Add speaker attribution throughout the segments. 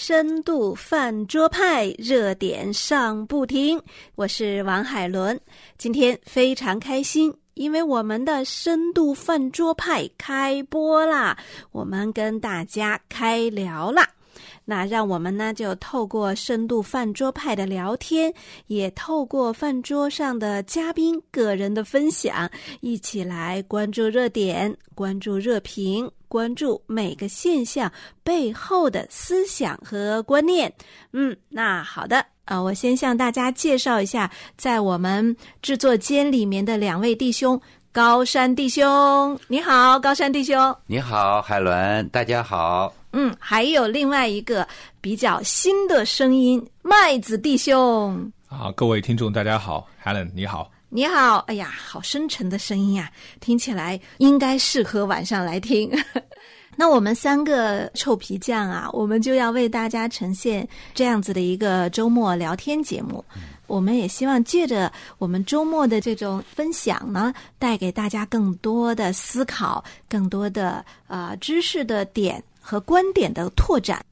Speaker 1: 深度饭桌派，热点上不停。我是王海伦，今天非常开心，因为我们的深度饭桌派开播啦，我们跟大家开聊啦。那让我们呢，就透过深度饭桌派的聊天，也透过饭桌上的嘉宾个人的分享，一起来关注热点，关注热评，关注每个现象背后的思想和观念。嗯，那好的。呃，我先向大家介绍一下，在我们制作间里面的两位弟兄，高山弟兄，你好，高山弟兄，
Speaker 2: 你好，海伦，大家好。
Speaker 1: 嗯，还有另外一个比较新的声音，麦子弟兄，
Speaker 3: 啊，各位听众，大家好，Helen，你好。
Speaker 1: 你好，哎呀，好深沉的声音啊，听起来应该适合晚上来听。 那我们三个臭皮匠啊，我们就要为大家呈现这样子的一个周末聊天节目。我们也希望借着我们周末的这种分享呢，带给大家更多的思考，更多的呃知识的点和观点的拓展。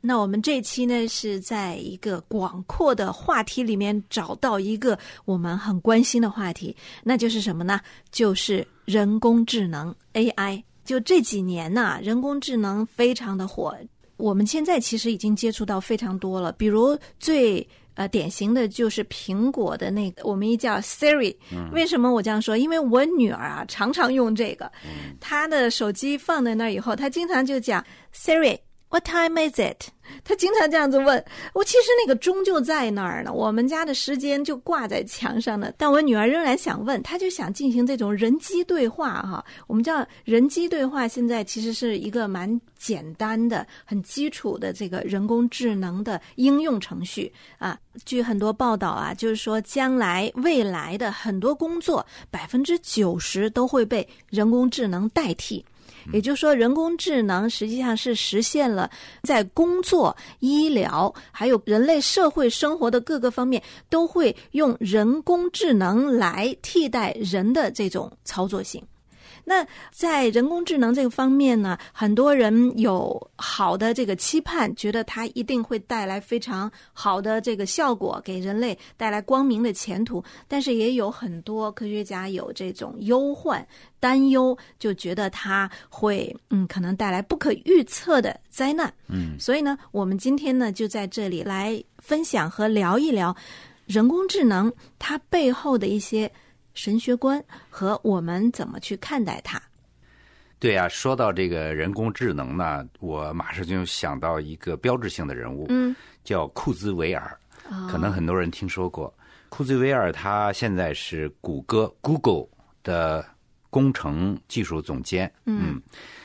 Speaker 1: 那我们这期呢，是在一个广阔的话题里面找到一个我们很关心的话题，那就是什么呢？就是人工智能 AI。就这几年呐、人工智能非常的火，我们现在其实已经接触到非常多了，比如最。呃，典型的就是苹果的那个，我们一叫 Siri、为什么我这样说？因为我女儿啊，常常用这个，她的手机放在那儿以后，她经常就讲 Siri。What time is it？她经常这样子问我。其实那个钟就在那儿呢，我们家的时间就挂在墙上呢。但我女儿仍然想问，她就想进行这种人机对话哈。我们知道人机对话现在其实是一个蛮简单的、很基础的这个人工智能的应用程序啊。据很多报道啊，就是说将来未来的很多工作，百分之九十都会被人工智能代替。也就是说，人工智能实际上是实现了在工作、医疗还有人类社会生活的各个方面，都会用人工智能来替代人的这种操作性。那在人工智能这个方面呢，很多人有好的这个期盼，觉得它一定会带来非常好的这个效果，给人类带来光明的前途。但是也有很多科学家有这种忧患担忧，就觉得它会嗯，可能带来不可预测的灾难。嗯，所以呢，我们今天呢就在这里来分享和聊一聊人工智能它背后的一些神学观和我们怎么去看待它。
Speaker 2: 对啊，说到这个人工智能呢，我马上就想到一个标志性的人物，
Speaker 1: 嗯，
Speaker 2: 叫库兹韦尔，可能很多人听说过。库兹韦尔他现在是谷歌 Google 的工程技术总监，嗯。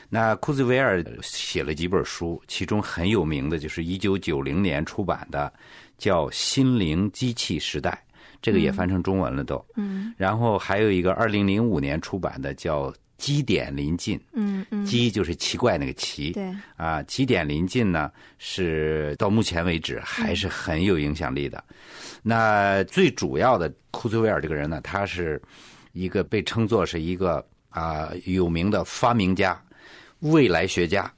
Speaker 2: 那库兹韦尔写了几本书，其中很有名的就是一九九零年出版的，叫《心灵机器时代》，这个也翻成中文了都。
Speaker 1: 嗯
Speaker 2: 然后还有一个二零零五年出版的叫《基点临近》，
Speaker 1: 嗯嗯，
Speaker 2: 基就是奇怪那个奇，
Speaker 1: 对，
Speaker 2: 啊，《基点临近》呢是到目前为止还是很有影响力的。那最主要的库兹韦尔这个人呢，他是一个被称作是一个啊、有名的发明家、未来学家，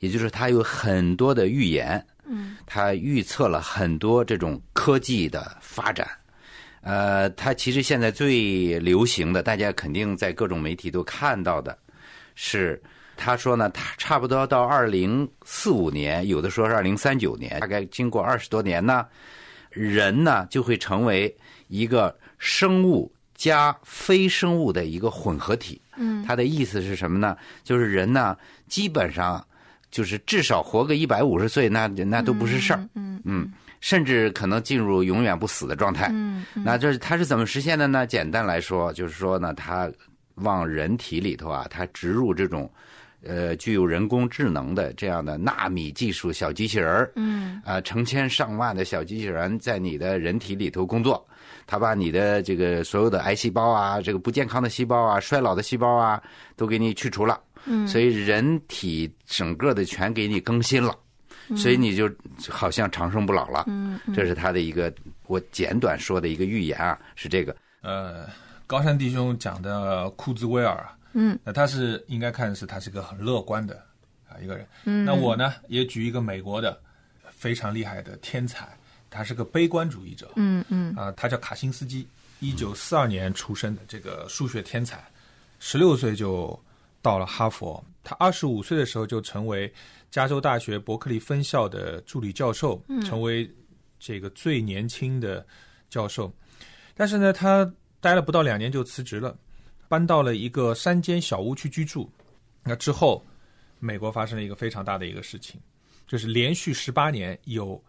Speaker 2: 也就是他有很多的预言，嗯，他预测了很多这种科技的发展。呃，他其实现在最流行的，大家肯定在各种媒体都看到的，是他说呢，他差不多到二零四五年，有的说是二零三九年，大概经过二十多年呢，人呢就会成为一个生物加非生物的一个混合体。嗯，他的意思是什么呢？就是人呢，基本上就是至少活个一百五十岁，那那都不是事儿。
Speaker 1: 嗯
Speaker 2: 嗯，甚至可能进入永远不死的状态。
Speaker 1: 嗯
Speaker 2: 那这是它是怎么实现的呢？简单来说，就是说呢，它往人体里头啊，它植入这种呃具有人工智能的这样的纳米技术小机器人儿，
Speaker 1: 嗯
Speaker 2: 啊、成千上万的小机器人在你的人体里头工作，它把你的这个所有的癌细胞啊，这个不健康的细胞啊，衰老的细胞啊，都给你去除了。
Speaker 1: 嗯
Speaker 2: 所以人体整个的全给你更新了，所以你就好像长生不老了。
Speaker 1: 嗯
Speaker 2: 这是他的一个我简短说的一个预言啊，是这个。
Speaker 3: 呃，高山弟兄讲的库兹威尔啊，
Speaker 1: 嗯，
Speaker 3: 那他是应该看是他是个很乐观的啊一个人。
Speaker 1: 嗯
Speaker 3: 那我呢也举一个美国的非常厉害的天才，他是个悲观主义者。
Speaker 1: 嗯嗯
Speaker 3: 啊、他叫卡辛斯基，一九四二年出生的这个数学天才，十六岁就到了哈佛。他二十五岁的时候就成为加州大学伯克利分校的助理教授，成为这个最年轻的教授。但是呢，他待了不到两年就辞职了，搬到了一个山间小屋去居住。那之后，美国发生了一个非常大的一个事情，就是连续十八年有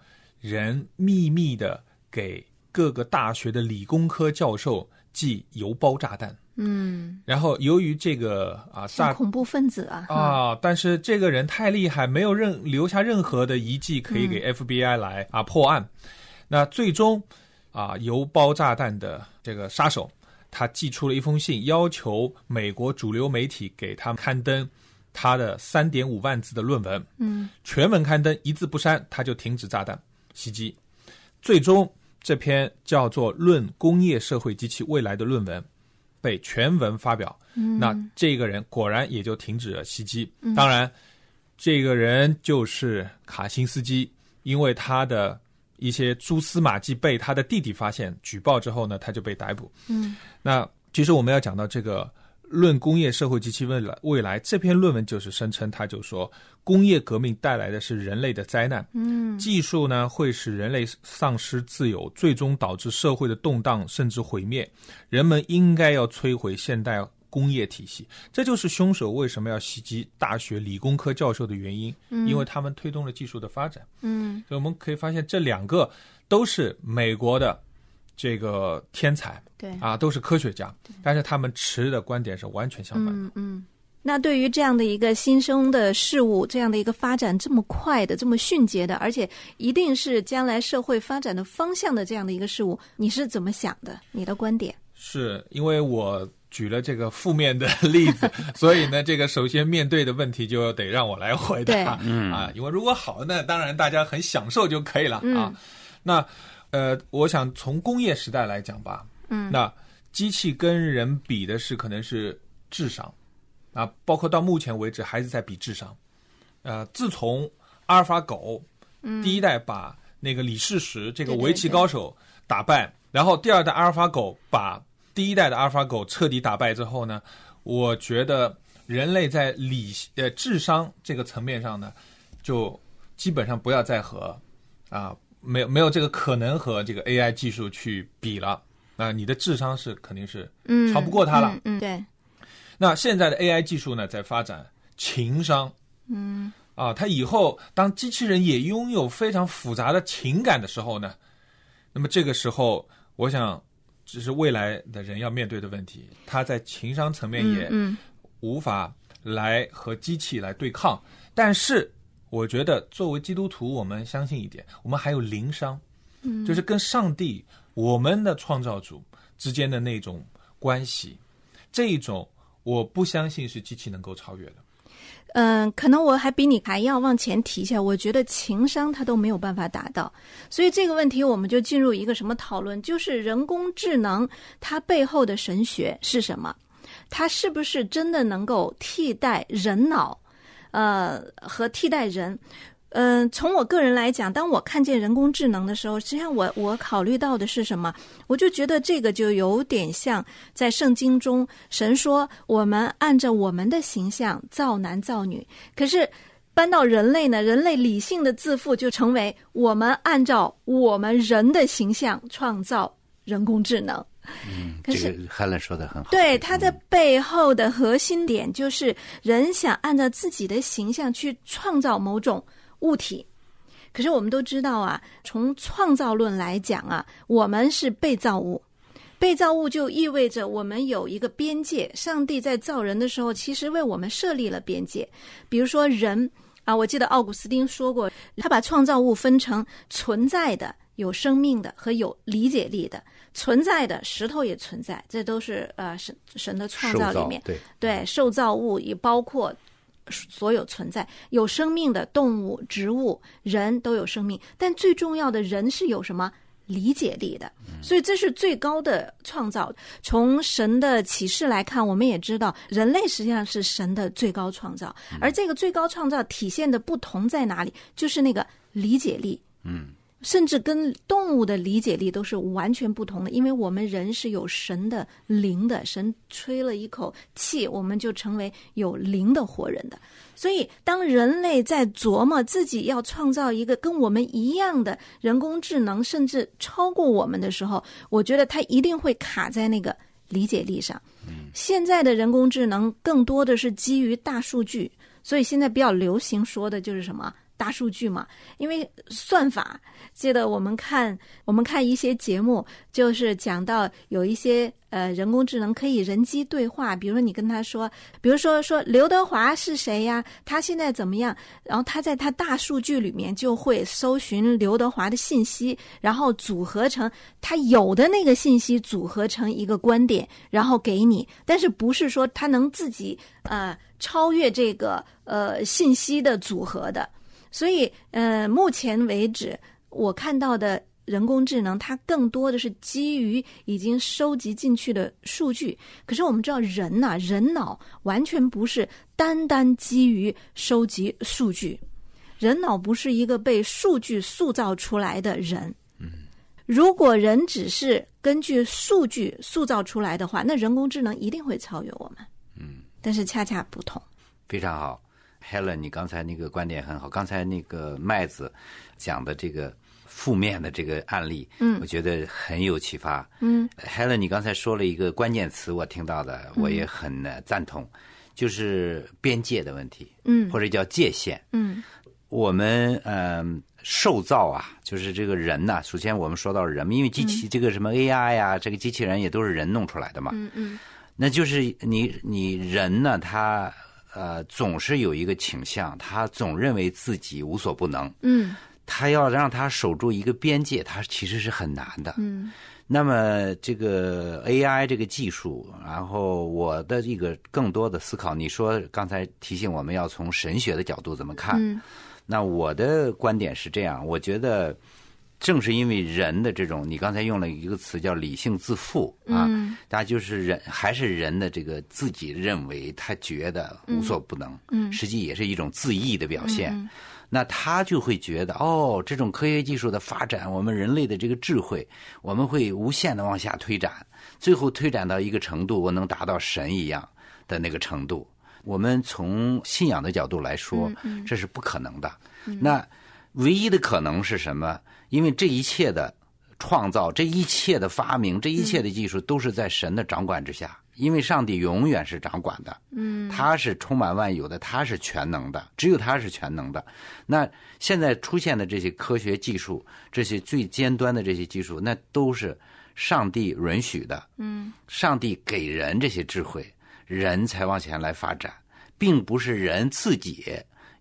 Speaker 3: 人秘密的给各个大学的理工科教授寄邮包炸弹。
Speaker 1: 嗯，
Speaker 3: 然后由于这个啊
Speaker 1: 像
Speaker 3: 炸
Speaker 1: 恐怖分子啊，
Speaker 3: 啊，但是这个人太厉害，没有任留下任何的遗迹可以给 FBI 来、啊破案。那最终啊，邮包炸弹的这个杀手，他寄出了一封信，要求美国主流媒体给他刊登他的三点五万字的论文。
Speaker 1: 嗯
Speaker 3: 全文刊登，一字不删，他就停止炸弹袭击。最终，这篇叫做《论工业社会及其未来》的论文被全文发表。
Speaker 1: 嗯
Speaker 3: 那这个人果然也就停止了袭击。当然，这个人就是卡辛斯基，因为他的一些蛛丝马迹被他的弟弟发现，举报之后呢，他就被逮捕。
Speaker 1: 嗯
Speaker 3: 那其实我们要讲到这个《论工业社会及其未来》，未来这篇论文就是声称，他就说工业革命带来的是人类的灾难，
Speaker 1: 嗯
Speaker 3: 技术呢会使人类丧失自由，最终导致社会的动荡甚至毁灭。人们应该要摧毁现代工业体系，这就是凶手为什么要袭击大学理工科教授的原因，因为他们推动了技术的发展。
Speaker 1: 嗯
Speaker 3: 所以我们可以发现，这两个都是美国的这个天才。
Speaker 1: 对
Speaker 3: 啊，都是科学家，但是他们持的观点是完全相反的。
Speaker 1: 嗯嗯。那对于这样的一个新生的事物，这样的一个发展这么快的、这么迅捷的，而且一定是将来社会发展的方向的这样的一个事物，你是怎么想的？你的观点？
Speaker 3: 是因为我举了这个负面的例 子，所以呢，这个首先面对的问题就得让我来回答。嗯啊，因为如果好，那当然大家很享受就可以了、啊
Speaker 1: 嗯。
Speaker 3: 那呃，我想从工业时代来讲吧，
Speaker 1: 嗯
Speaker 3: 那机器跟人比的是可能是智商啊，包括到目前为止还是在比智商。呃，自从阿尔法狗第一代把那个李世石这个
Speaker 1: 嗯对对
Speaker 3: 围棋
Speaker 1: 对
Speaker 3: 高手打败，然后第二代阿尔法狗把第一代的阿尔法狗彻底打败之后呢，我觉得人类在理呃智商这个层面上呢，就基本上不要再和啊没有没有这个可能和这个 AI 技术去比了。那你的智商是肯定是
Speaker 1: 嗯，
Speaker 3: 超不过他了
Speaker 1: 嗯。嗯，对，
Speaker 3: 那现在的 AI 技术呢，在发展情商。嗯。啊，它以后当机器人也拥有非常复杂的情感的时候呢，那么这个时候，我想，这是未来的人要面对的问题。他在情商层面也
Speaker 1: 嗯
Speaker 3: 无法来和机器来对抗。但是，我觉得作为基督徒，我们相信一点，我们还有灵商，嗯，就是跟上帝、我们的创造主之间的那种关系，这一种我不相信是机器能够超越的。
Speaker 1: 嗯、可能我还比你还要往前提一下，我觉得情商他都没有办法达到，所以这个问题我们就进入一个什么讨论，就是人工智能它背后的神学是什么？它是不是真的能够替代人脑，呃，和替代人？嗯、从我个人来讲，当我看见人工智能的时候，实际上我我考虑到的是什么？我就觉得这个就有点像在圣经中，神说我们按着我们的形象造男造女，可是。搬到人类呢，人类理性的自负就成为我们按照我们人的形象创造人工智能。可是
Speaker 2: 这个汉兰说的嗯很好。
Speaker 1: 对，它的背后的核心点就是人想按照自己的形象去创造某种物体。可是我们都知道啊，从创造论来讲啊，我们是被造物。被造物就意味着我们有一个边界，上帝在造人的时候，其实为我们设立了边界。比如说人啊，我记得奥古斯丁说过，他把创造物分成存在的、有生命的和有理解力的。存在的石头也存在，这都是呃神神的创
Speaker 2: 受
Speaker 1: 造
Speaker 2: 造
Speaker 1: 里面。
Speaker 2: 对，
Speaker 1: 对，受造物也包括所有存在有生命的动物、植物、人都有生命，但最重要的人是有什么理解力的，所以这是最高的创造。从神的启示来看，我们也知道，人类实际上是神的最高创造，而这个最高创造体现的不同在哪里？就是那个理解力。
Speaker 2: 嗯，
Speaker 1: 甚至跟动物的理解力都是完全不同的，因为我们人是有神的灵的，神吹了一口气，我们就成为有灵的活人的。所以，当人类在琢磨自己要创造一个跟我们一样的人工智能，甚至超过我们的时候，我觉得他一定会卡在那个理解力上。现在的人工智能更多的是基于大数据，所以现在比较流行说的就是什么大数据嘛，因为算法。记得我们看我们看一些节目，就是讲到有一些呃人工智能可以人机对话，比如说你跟他说，比如说说刘德华是谁呀，他现在怎么样，然后他在他大数据里面就会搜寻刘德华的信息，然后组合成他有的那个信息组合成一个观点，然后给你，但是不是说他能自己呃超越这个呃信息的组合的，所以呃目前为止。我看到的人工智能，它更多的是基于已经收集进去的数据。可是我们知道人呐、人脑完全不是单单基于收集数据，人脑不是一个被数据塑造出来的人。如果人只是根据数据塑造出来的话，那人工智能一定会超越我们。
Speaker 2: 嗯，
Speaker 1: 但是恰恰不同。
Speaker 2: 非常好，Helen，你刚才那个观点很好。刚才那个麦子讲的这个负面的这个案例，
Speaker 1: 嗯
Speaker 2: 我觉得很有启发。
Speaker 1: 嗯
Speaker 2: ，Helen，你刚才说了一个关键词，我听到的，我也很呃赞同，就是边界的问题，
Speaker 1: 嗯
Speaker 2: 或者叫界限。
Speaker 1: 嗯
Speaker 2: 我们嗯、受造啊，就是这个人呐、首先我们说到人，因为机器这个什么 AI 呀、这个机器人也都是人弄出来的嘛。
Speaker 1: 嗯嗯
Speaker 2: 那就是你你人呢，他呃总是有一个倾向，他总认为自己无所不能，
Speaker 1: 嗯
Speaker 2: 他要让他守住一个边界，他其实是很难的。
Speaker 1: 嗯
Speaker 2: 那么这个 AI 这个技术，然后我的一个更多的思考，你说刚才提醒我们要从神学的角度怎么看？
Speaker 1: 嗯
Speaker 2: 那我的观点是这样，我觉得正是因为人的这种，你刚才用了一个词叫理性自负啊，
Speaker 1: 嗯
Speaker 2: 大家就是人还是人的这个自己认为他觉得无所不能，
Speaker 1: 嗯
Speaker 2: 实际也是一种自意的表现。那他就会觉得，哦，这种科学技术的发展，我们人类的这个智慧，我们会无限的往下推展，最后推展到一个程度，我能达到神一样的那个程度。我们从信仰的角度来说，
Speaker 1: 嗯
Speaker 2: 这是不可能的。那唯一的可能是什么？因为这一切的创造、这一切的发明、这一切的技术，都是在神的掌管之下。因为上帝永远是掌管的，嗯，他是充满万有的，他是全能的，只有他是全能的。那现在出现的这些科学技术，这些最尖端的这些技术，那都是上帝允许的，
Speaker 1: 嗯
Speaker 2: 上帝给人这些智慧，人才往前来发展，并不是人自己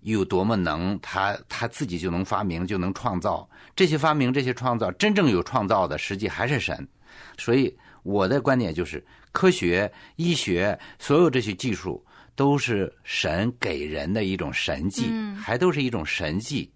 Speaker 2: 有多么能，他他自己就能发明，就能创造这些发明，这些创造，真正有创造的，实际还是神。所以我的观点就是，科学、医学，所有这些技术都是神给人的一种神迹，还都是一种神迹。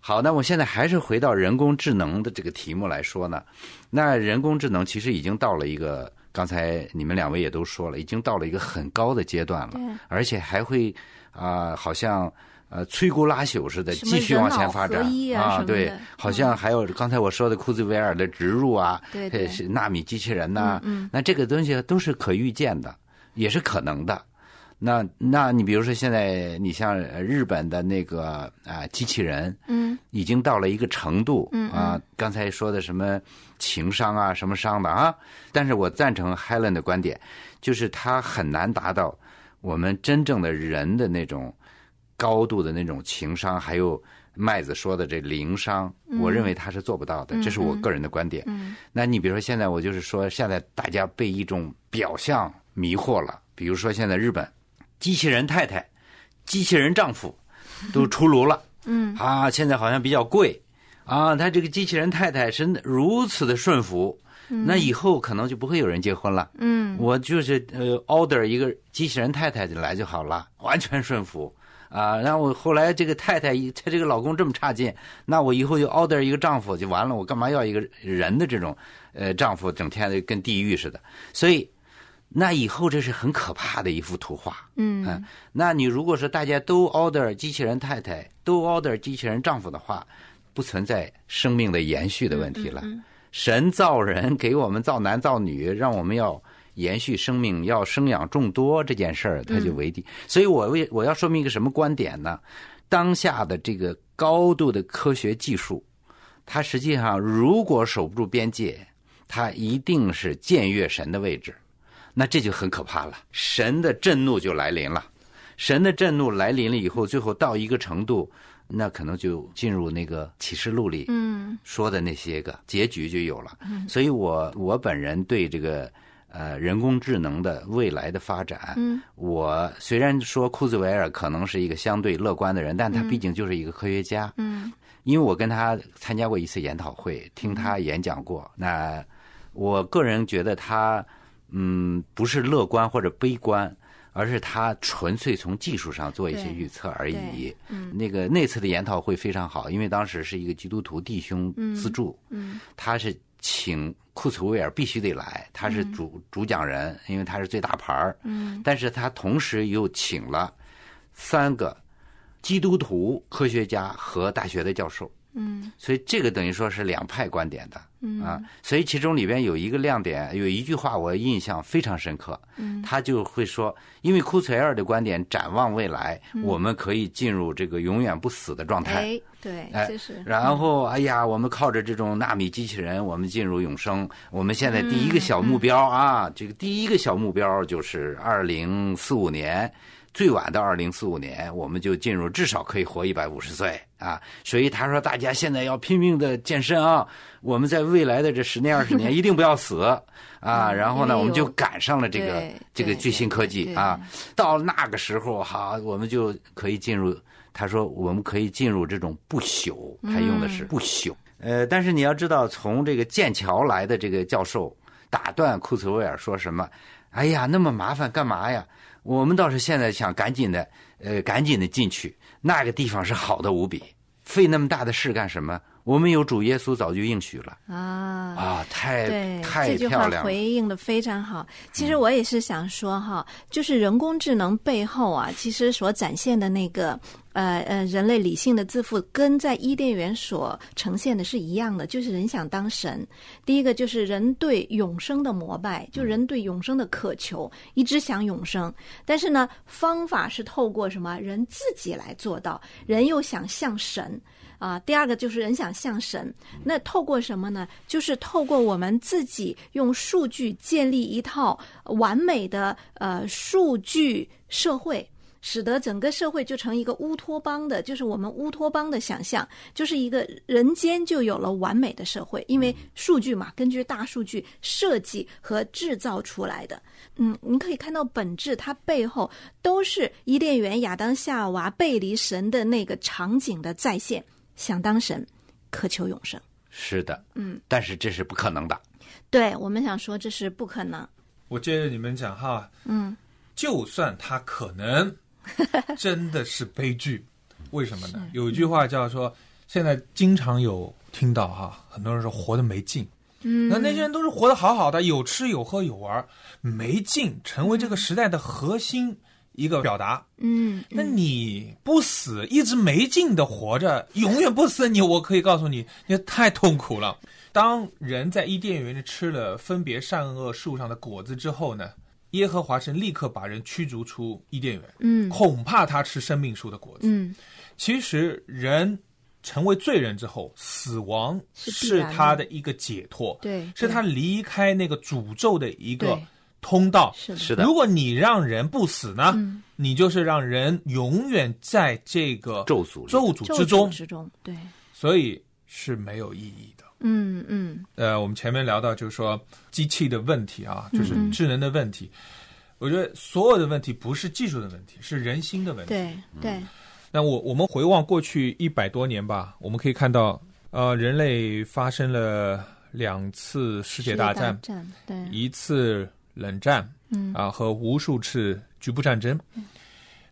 Speaker 2: 好，那我现在还是回到人工智能的这个题目来说呢。那人工智能其实已经到了一个，刚才你们两位也都说了，已经到了一个很高的阶段了
Speaker 1: 对，
Speaker 2: 而且还会啊、好像呃摧枯拉朽似的
Speaker 1: 什么
Speaker 2: 继续
Speaker 1: 人
Speaker 2: 往
Speaker 1: 脑
Speaker 2: 前发
Speaker 1: 合
Speaker 2: 展
Speaker 1: 一啊什么
Speaker 2: 对
Speaker 1: 的，
Speaker 2: 好像还有刚才我说的库兹韦尔的植入啊，
Speaker 1: 对
Speaker 2: 这
Speaker 1: 对
Speaker 2: 是纳米机器人呐、
Speaker 1: 嗯嗯
Speaker 2: 那这个东西都是可预见的，也是可能的。那那你比如说现在你像呃日本的那个啊、机器人，
Speaker 1: 嗯
Speaker 2: 已经到了一个程度，
Speaker 1: 嗯嗯
Speaker 2: 啊，刚才说的什么情商啊，什么商的啊，但是我赞成 Helen 的观点，就是它很难达到我们真正的人的那种高度的那种情商，还有麦子说的这灵商，我认为他是做不到的，这是我个人的观点。
Speaker 1: 嗯
Speaker 2: 那你比如说现在我就是说，现在大家被一种表象迷惑了，比如说现在日本机器人太太、机器人丈夫都出炉了。
Speaker 1: 嗯
Speaker 2: 啊，现在好像比较贵啊。他这个机器人太太是如此的顺服，那以后可能就不会有人结婚了。
Speaker 1: 嗯
Speaker 2: 我就是呃，order 一个机器人太太就来就好了，完全顺服。啊，然后我后来这个太太，她这个老公这么差劲，那我以后就 order 一个丈夫就完了，我干嘛要一个人的这种呃丈夫，整天的跟地狱似的。所以，那以后这是很可怕的一幅图画。
Speaker 1: 嗯
Speaker 2: 嗯，那你如果说大家都 order 机器人太太，都 order 机器人丈夫的话，不存在生命的延续的问题了。神造人给我们造男造女，让我们要延续生命，要生养众多这件事儿，它就为敌。所以我为我要说明一个什么观点呢？当下的这个高度的科学技术，它实际上如果守不住边界，它一定是僭越神的位置。那这就很可怕了。神的震怒就来临了，神的震怒来临了以后，最后到一个程度，那可能就进入那个启示录里
Speaker 1: 嗯
Speaker 2: 说的那些个结局就有了。所以我我本人对这个呃人工智能的未来的发展，
Speaker 1: 嗯
Speaker 2: 我虽然说库兹韦尔可能是一个相对乐观的人，但他毕竟就是一个科学家。
Speaker 1: 嗯
Speaker 2: 因为我跟他参加过一次研讨会，听他演讲过。
Speaker 1: 嗯
Speaker 2: 那我个人觉得他，嗯，不是乐观或者悲观，而是他纯粹从技术上做一些
Speaker 1: 对
Speaker 2: 预测而已
Speaker 1: 对。嗯
Speaker 2: 那个那次的研讨会非常好，因为当时是一个基督徒弟兄自助，
Speaker 1: 嗯
Speaker 2: 他是请库茨威尔必须得来，他是主、主讲人，因为他是最大牌儿。
Speaker 1: 嗯
Speaker 2: 但是他同时又请了三个基督徒科学家和大学的教授，
Speaker 1: 嗯
Speaker 2: 所以这个等于说是两派观点的
Speaker 1: 嗯
Speaker 2: 啊。所以其中里边有一个亮点，有一句话我印象非常深刻，
Speaker 1: 嗯
Speaker 2: 他就会说，因为库崔尔的观点展望未来，
Speaker 1: 嗯
Speaker 2: 我们可以进入这个永远不死的状态。
Speaker 1: 哎，对，
Speaker 2: 哎
Speaker 1: 这是
Speaker 2: 然后，哎呀，我们靠着这种纳米机器人，我们进入永生。我们现在第一个小目标
Speaker 1: 嗯
Speaker 2: 啊，这个第一个小目标就是二零四五年，最晚到二零四五年，我们就进入至少可以活一百五十岁啊。所以他说，大家现在要拼命的健身啊，我们在未来的这十年二十 年一定不要死啊。然
Speaker 1: 因
Speaker 2: 后
Speaker 1: 为
Speaker 2: 呢，我们
Speaker 1: 嗯
Speaker 2: 就
Speaker 1: 有
Speaker 2: 赶上了这个
Speaker 1: 对
Speaker 2: 这个
Speaker 1: 对
Speaker 2: 最新
Speaker 1: 对
Speaker 2: 科技
Speaker 1: 对
Speaker 2: 啊。到那个时候哈，我们就可以进入。他说我们可以进入这种不朽，他用的是
Speaker 1: 嗯
Speaker 2: 不朽。呃，但是你要知道，从这个剑桥来的这个教授打断库茨威尔说什么？哎呀，那么麻烦干嘛呀？我们倒是现在想赶紧的，呃，赶紧的进去，那个地方是好的无比，费那么大的事干什么？我们有主耶稣早就应许了
Speaker 1: 啊。
Speaker 2: 啊，太
Speaker 1: 对，
Speaker 2: 太
Speaker 1: 这句
Speaker 2: 漂
Speaker 1: 话
Speaker 2: 亮了嗯
Speaker 1: 回。应的非常好。其实我也是想说哈，就是人工智能背后啊，其实所展现的那个呃呃人类理性的自负，跟在伊甸园所呈现的是一样的，就是人想当神。第一个就是人对永生的膜
Speaker 2: 嗯
Speaker 1: 拜，就人对永生的渴求，一直想永生。但是呢，方法是透过什么人自己来做到，人又想像神。啊，第二个就是人想像神，那透过什么呢？就是透过我们自己用数据建立一套完美的呃数据社会。使得整个社会就成一个乌托邦的，就是我们乌托邦的想象，就是一个人间就有了完美的社会，因为数据嘛，根据大数据设计和制造出来的。嗯，你可以看到本质，它背后都是伊甸园亚当夏娃背离神的那个场景的再现，想当神，渴求永生。
Speaker 2: 是的，
Speaker 1: 嗯，
Speaker 2: 但是这是不可能的。
Speaker 1: 对我们想说这是不可能。
Speaker 3: 我接着你们讲哈，
Speaker 1: 嗯
Speaker 3: 就算它可 能真的是悲剧，为什么呢？有一句话叫
Speaker 1: 嗯
Speaker 3: 说，现在经常有听到哈，很多人说活得没劲。
Speaker 1: 嗯，
Speaker 3: 那那些人都是活得好好的，有吃有喝有玩，没劲，成为这个时代的核心一个表达。
Speaker 1: 嗯，
Speaker 3: 那你不死，一直没劲的活着，永远不死你，我可以告诉你，你太痛苦了。当人在伊甸园里吃了分别善恶树上的果子之后呢，耶和华神立刻把人驱逐出伊甸园，
Speaker 1: 嗯
Speaker 3: 恐怕他吃生命树的果子。
Speaker 1: 嗯
Speaker 3: 其实人成为罪人之后，死亡
Speaker 1: 是必
Speaker 3: 是
Speaker 1: 然的
Speaker 3: 他的一个解脱，
Speaker 1: 对，
Speaker 3: 是他离开那个诅咒的一个
Speaker 1: 对
Speaker 3: 通道。
Speaker 1: 是的，
Speaker 2: 是的
Speaker 3: 如，果你让人不死呢，
Speaker 1: 嗯
Speaker 3: 你就是让人永远在这个
Speaker 2: 咒诅里
Speaker 3: 咒诅
Speaker 1: 咒
Speaker 3: 之中
Speaker 1: 诅，之中，对，
Speaker 3: 所以是没有意义的。
Speaker 1: 嗯嗯
Speaker 3: 呃，我们前面聊到就是说机器的问题啊，就是
Speaker 1: 嗯
Speaker 3: 智能的问题。我觉得所有的问题不是技术的问题，是人心的问题。
Speaker 1: 对对，
Speaker 3: 那我我们回望过去一百多年吧，我们可以看到，呃，人类发生了两次世界大战，
Speaker 1: 战，对，
Speaker 3: 一次冷战，
Speaker 1: 嗯
Speaker 3: 啊和无数次局部战争。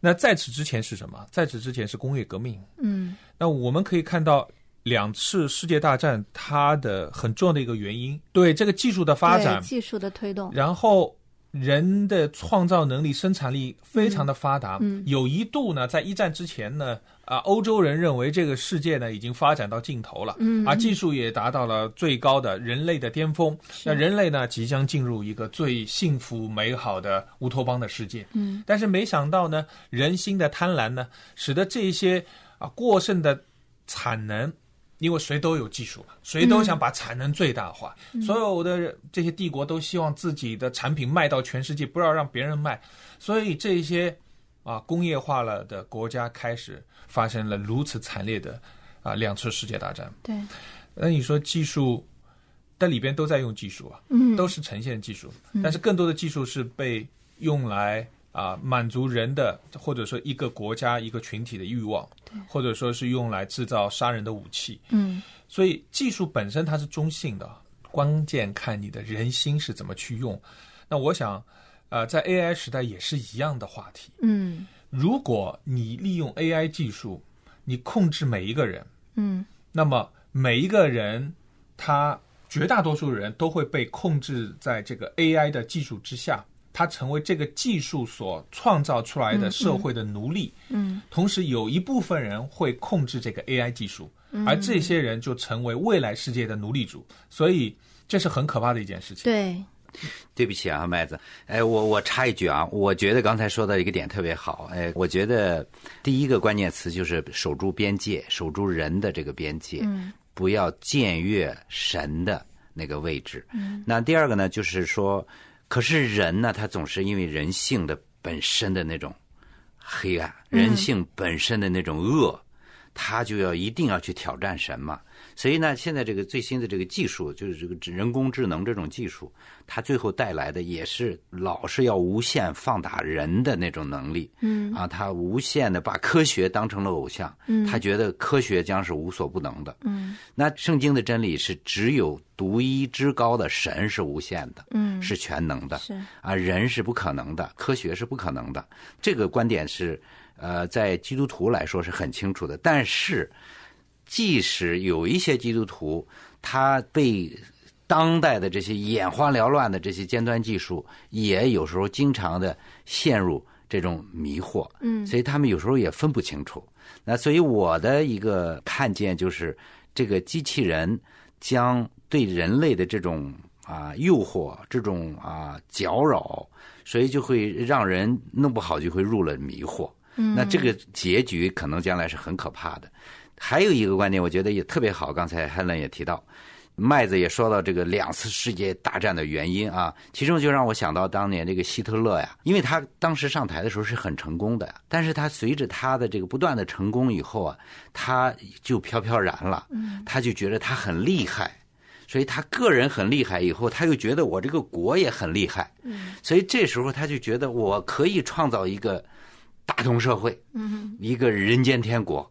Speaker 3: 那在此之前是什么？在此之前是工业革命。
Speaker 1: 嗯
Speaker 3: 那我们可以看到两次世界大战它的很重要的一个原因，对这个技术的发展
Speaker 1: 对，技术的推动，
Speaker 3: 然后人的创造能力、生产力非常的发达。
Speaker 1: 嗯嗯
Speaker 3: 有一度呢，在一战之前呢，啊，欧洲人认为这个世界呢已经发展到尽头了，
Speaker 1: 嗯
Speaker 3: 而技术也达到了最高的人类的巅峰。
Speaker 1: 是
Speaker 3: 那人类呢，即将进入一个最幸福美好的乌托邦的世界。
Speaker 1: 嗯，
Speaker 3: 但是没想到呢，人心的贪婪呢，使得这些啊过剩的产能。因为谁都有技术嘛，谁都想把产能最大化，所有的这些帝国都希望自己的产品卖到全世界，不要让别人卖，所以这些啊工业化了的国家开始发生了如此惨烈的啊两次世界大战。
Speaker 1: 对，
Speaker 3: 那你说技术，但里边都在用技术啊，
Speaker 1: 嗯，
Speaker 3: 都是呈现技术，但是更多的技术是被用来啊满足人的，或者说一个国家一个群体的欲望，或者说是用来制造杀人的武器。
Speaker 1: 嗯
Speaker 3: 所以技术本身它是中性的，关键看你的人心是怎么去用。那我想，呃，在 AI 时代也是一样的话题。
Speaker 1: 嗯
Speaker 3: 如果你利用 AI 技术，你控制每一个人，
Speaker 1: 嗯
Speaker 3: 那么每一个人，他绝大多数人都会被控制在这个 AI 的技术之下，他成为这个技术所创造出来的社会的奴隶。
Speaker 1: 嗯
Speaker 3: 同时，有一部分人会控制这个 AI 技术，而这些人就成为未来世界的奴隶主。所以，这是很可怕的一件事情。
Speaker 1: 对，
Speaker 2: 对不起啊，麦子，哎，我我插一句啊，我觉得刚才说到一个点特别好，哎，我觉得第一个关键词就是守住边界，守住人的这个边界，
Speaker 1: 嗯
Speaker 2: 不要僭越神的那个位置。嗯，那第二个呢，就是说，可是人呢，他总是因为人性的本身的那种黑暗，
Speaker 1: 嗯
Speaker 2: 人性本身的那种恶，他就要一定要去挑战神嘛。所以呢，现在这个最新的这个技术，就是这个人工智能这种技术，它最后带来的也是老是要无限放大人的那种能力。
Speaker 1: 嗯
Speaker 2: 啊，他无限的把科学当成了偶像，
Speaker 1: 嗯
Speaker 2: 他觉得科学将是无所不能的。
Speaker 1: 嗯
Speaker 2: 那圣经的真理是只有独一至高的神是无限的，
Speaker 1: 嗯
Speaker 2: 是全能的
Speaker 1: 是
Speaker 2: 啊，人是不可能的，科学是不可能的。这个观点是，呃，在基督徒来说是很清楚的。但是，即使有一些基督徒，他被当代的这些眼花缭乱的这些尖端技术，也有时候经常的陷入这种迷惑。
Speaker 1: 嗯
Speaker 2: 所以他们有时候也分不清楚。那所以我的一个看见就是，这个机器人将对人类的这种啊诱惑、这种啊搅扰，所以就会让人弄不好就会入了迷惑。
Speaker 1: 嗯
Speaker 2: 那这个结局可能将来是很可怕的。还有一个观点，我觉得也特别好，刚才 Helen 也提到，麦子也说到这个两次世界大战的原因啊，其中就让我想到当年这个希特勒呀，因为他当时上台的时候是很成功的呀，但是他随着他的这个不断的成功以后啊，他就飘飘然了，他就觉得他很厉害。所以他个人很厉害，以后他又觉得我这个国也很厉害，所以这时候他就觉得我可以创造一个大同社会，
Speaker 1: 嗯
Speaker 2: 一个人间天国。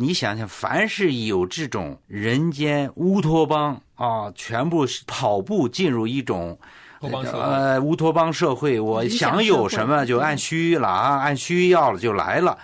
Speaker 2: 你想想，凡是有这种人间乌托邦啊，全部是跑步进入一种
Speaker 3: 托邦社会
Speaker 2: 呃乌托邦社会，我
Speaker 1: 理想
Speaker 2: 想有
Speaker 1: 社会
Speaker 2: 什么就按需了啊，按需要了就来了。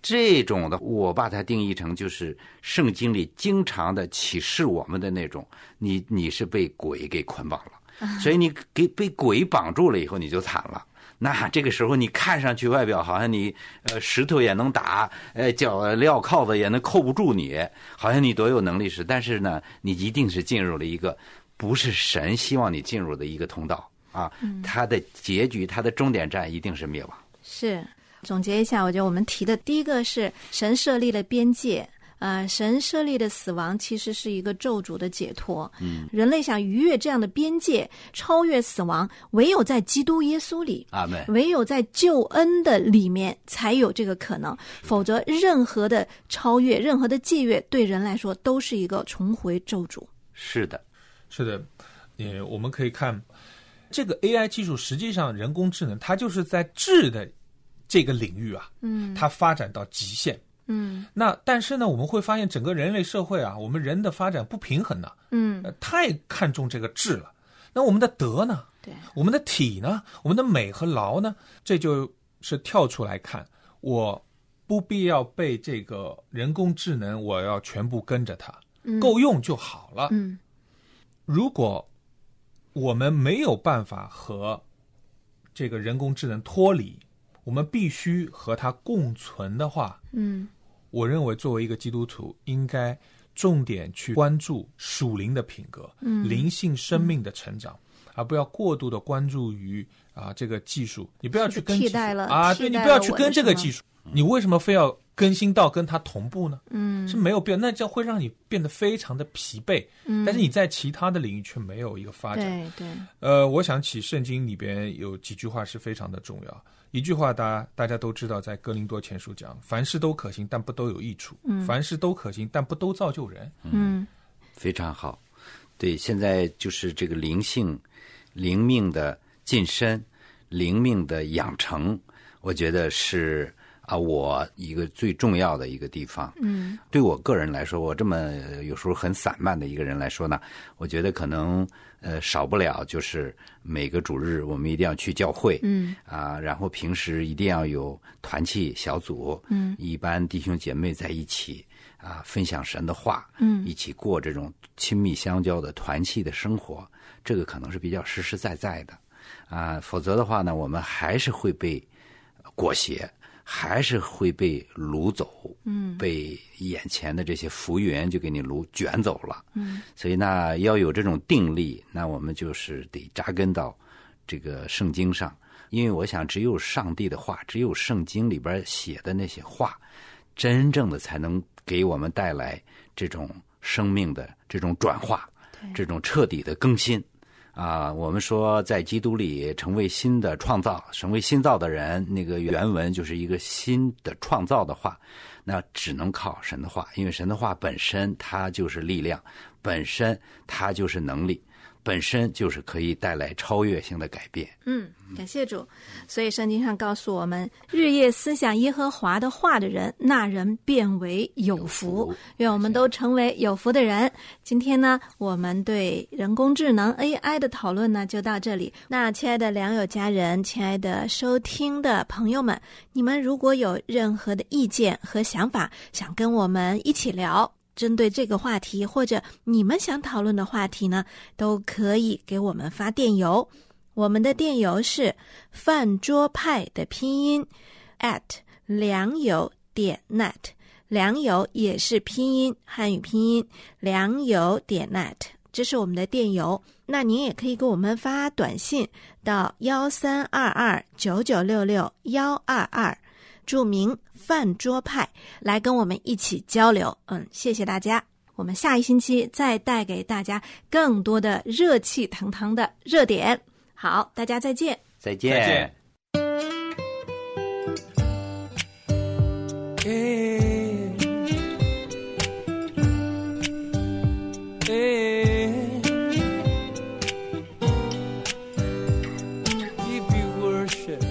Speaker 2: 这种的，我把它定义成就是圣经里经常的启示我们的那种，你你是被鬼给捆绑了，所以你给被鬼绑住了以后，你就惨了。那这个时候，你看上去外表好像你呃石头也能打，呃脚镣铐子也能扣不住你，好像你多有能力似的。但是呢，你一定是进入了一个不是神希望你进入的一个通道啊，它的结局，它的终点站一定是灭亡。
Speaker 1: 是。总结一下，我觉得我们提的第一个是神设立了边界。呃，神设立的死亡其实是一个咒诅的解脱。嗯，人类想逾越这样的边界，超越死亡，唯有在基督耶稣里。
Speaker 2: 阿门。
Speaker 1: 唯有在救恩的里面才有这个可能，否则任何的超越、任何的僭越，对人来说都是一个重回咒诅。
Speaker 2: 是的，
Speaker 3: 是的，呃，我们可以看这个 AI 技术，实际上人工智能它就是在智的这个领域啊，
Speaker 1: 嗯
Speaker 3: 它发展到极限。
Speaker 1: 嗯
Speaker 3: 那但是呢，我们会发现整个人类社会啊，我们人的发展不平衡呢、
Speaker 1: 嗯，
Speaker 3: 呃太看重这个智了。那我们的德呢？
Speaker 1: 对，
Speaker 3: 我们的体呢？我们的美和劳呢？这就是跳出来看，我不必要被这个人工智能，我要全部跟着它，够用就好了。
Speaker 1: 嗯
Speaker 3: 如果我们没有办法和这个人工智能脱离，我们必须和它共存的话，
Speaker 1: 嗯
Speaker 3: 我认为作为一个基督徒，应该重点去关注属灵的品格、
Speaker 1: 嗯
Speaker 3: 灵性生命的成长，而不要过度的关注于啊这个技术。你不要去跟
Speaker 1: 替
Speaker 3: 技术
Speaker 1: 代了
Speaker 3: 啊，
Speaker 1: 替
Speaker 3: 对你
Speaker 1: 代
Speaker 3: 不要
Speaker 1: 了
Speaker 3: 去
Speaker 1: 我
Speaker 3: 跟
Speaker 1: 的
Speaker 3: 这
Speaker 1: 什
Speaker 3: 个
Speaker 1: 么
Speaker 3: 技术，你为什么非要更新到跟它同步呢？
Speaker 1: 嗯
Speaker 3: 是没有必要，那这样会让你变得非常的疲惫。
Speaker 1: 嗯，
Speaker 3: 但是你在其他的领域却没有一个发展。
Speaker 1: 对对，
Speaker 3: 呃，我想起圣经里边有几句话是非常的重要。一句话大家大家都知道，在哥林多前书讲，凡事都可行，但不都有益处；
Speaker 1: 嗯
Speaker 3: 凡事都可行，但不都造就人。
Speaker 1: 嗯
Speaker 2: 非常好。对，现在就是这个灵性、灵命的晋升、灵命的养成，我觉得是啊，我一个最重要的一个地方。
Speaker 1: 嗯
Speaker 2: 对我个人来说，我这么呃有时候很散漫的一个人来说呢，我觉得可能呃少不了就是每个主日我们一定要去教会，
Speaker 1: 嗯
Speaker 2: 啊，然后平时一定要有团契小组，
Speaker 1: 嗯，
Speaker 2: 一般弟兄姐妹在一起啊，分享神的话，
Speaker 1: 嗯
Speaker 2: 一起过这种亲密相交的团契的生活，这个可能是比较实实在在的啊，否则的话呢，我们还是会被裹挟，还是会被掳走，
Speaker 1: 嗯
Speaker 2: 被眼前的这些浮云就给你掳卷走了。
Speaker 1: 嗯
Speaker 2: 所以呢，要有这种定力，那我们就是得扎根到这个圣经上，因为我想，只有上帝的话，只有圣经里边写的那些话，真正的才能给我们带来这种生命的这种转化，这种彻底的更新。啊，我们说在基督里成为新的创造，成为新造的人，那个原文就是一个新的创造的话，那只能靠神的话，因为神的话本身它就是力量，本身它就是能力，本身就是可以带来超越性的改变。
Speaker 1: 嗯，感谢主。所以圣经上告诉我们，日夜思想耶和华的话的人，那人变为有
Speaker 2: 有
Speaker 1: 福
Speaker 2: 福。
Speaker 1: 愿我们都成为有福的人。今天呢，我们对人工智能 AI 的讨论呢就到这里。那亲爱的良友家人，亲爱的收听的朋友们，你们如果有任何的意见和想法，想跟我们一起聊。针对这个话题，或者你们想讨论的话题呢，都可以给我们发电邮。我们的电邮是饭桌派的拼音 at 良友点 net，良友也是拼音汉语拼音良友点 net，这是我们的电邮。那您也可以给我们发短信到幺三二二九九六六幺二二，注明饭桌派来跟我们一起交流。嗯，谢谢大家。我们下一星期再带给大家更多的热气腾腾的热点。好，大家再见。
Speaker 2: 再见。
Speaker 3: 再见
Speaker 4: Hey. Hey. Give you worship.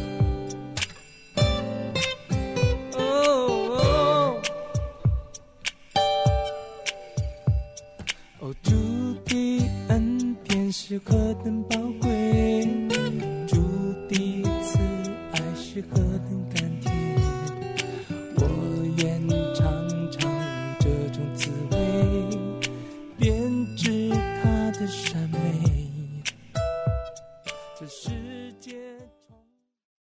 Speaker 4: Oh, oh. 哦，主的恩典是何等宝贵，主的慈爱是何等感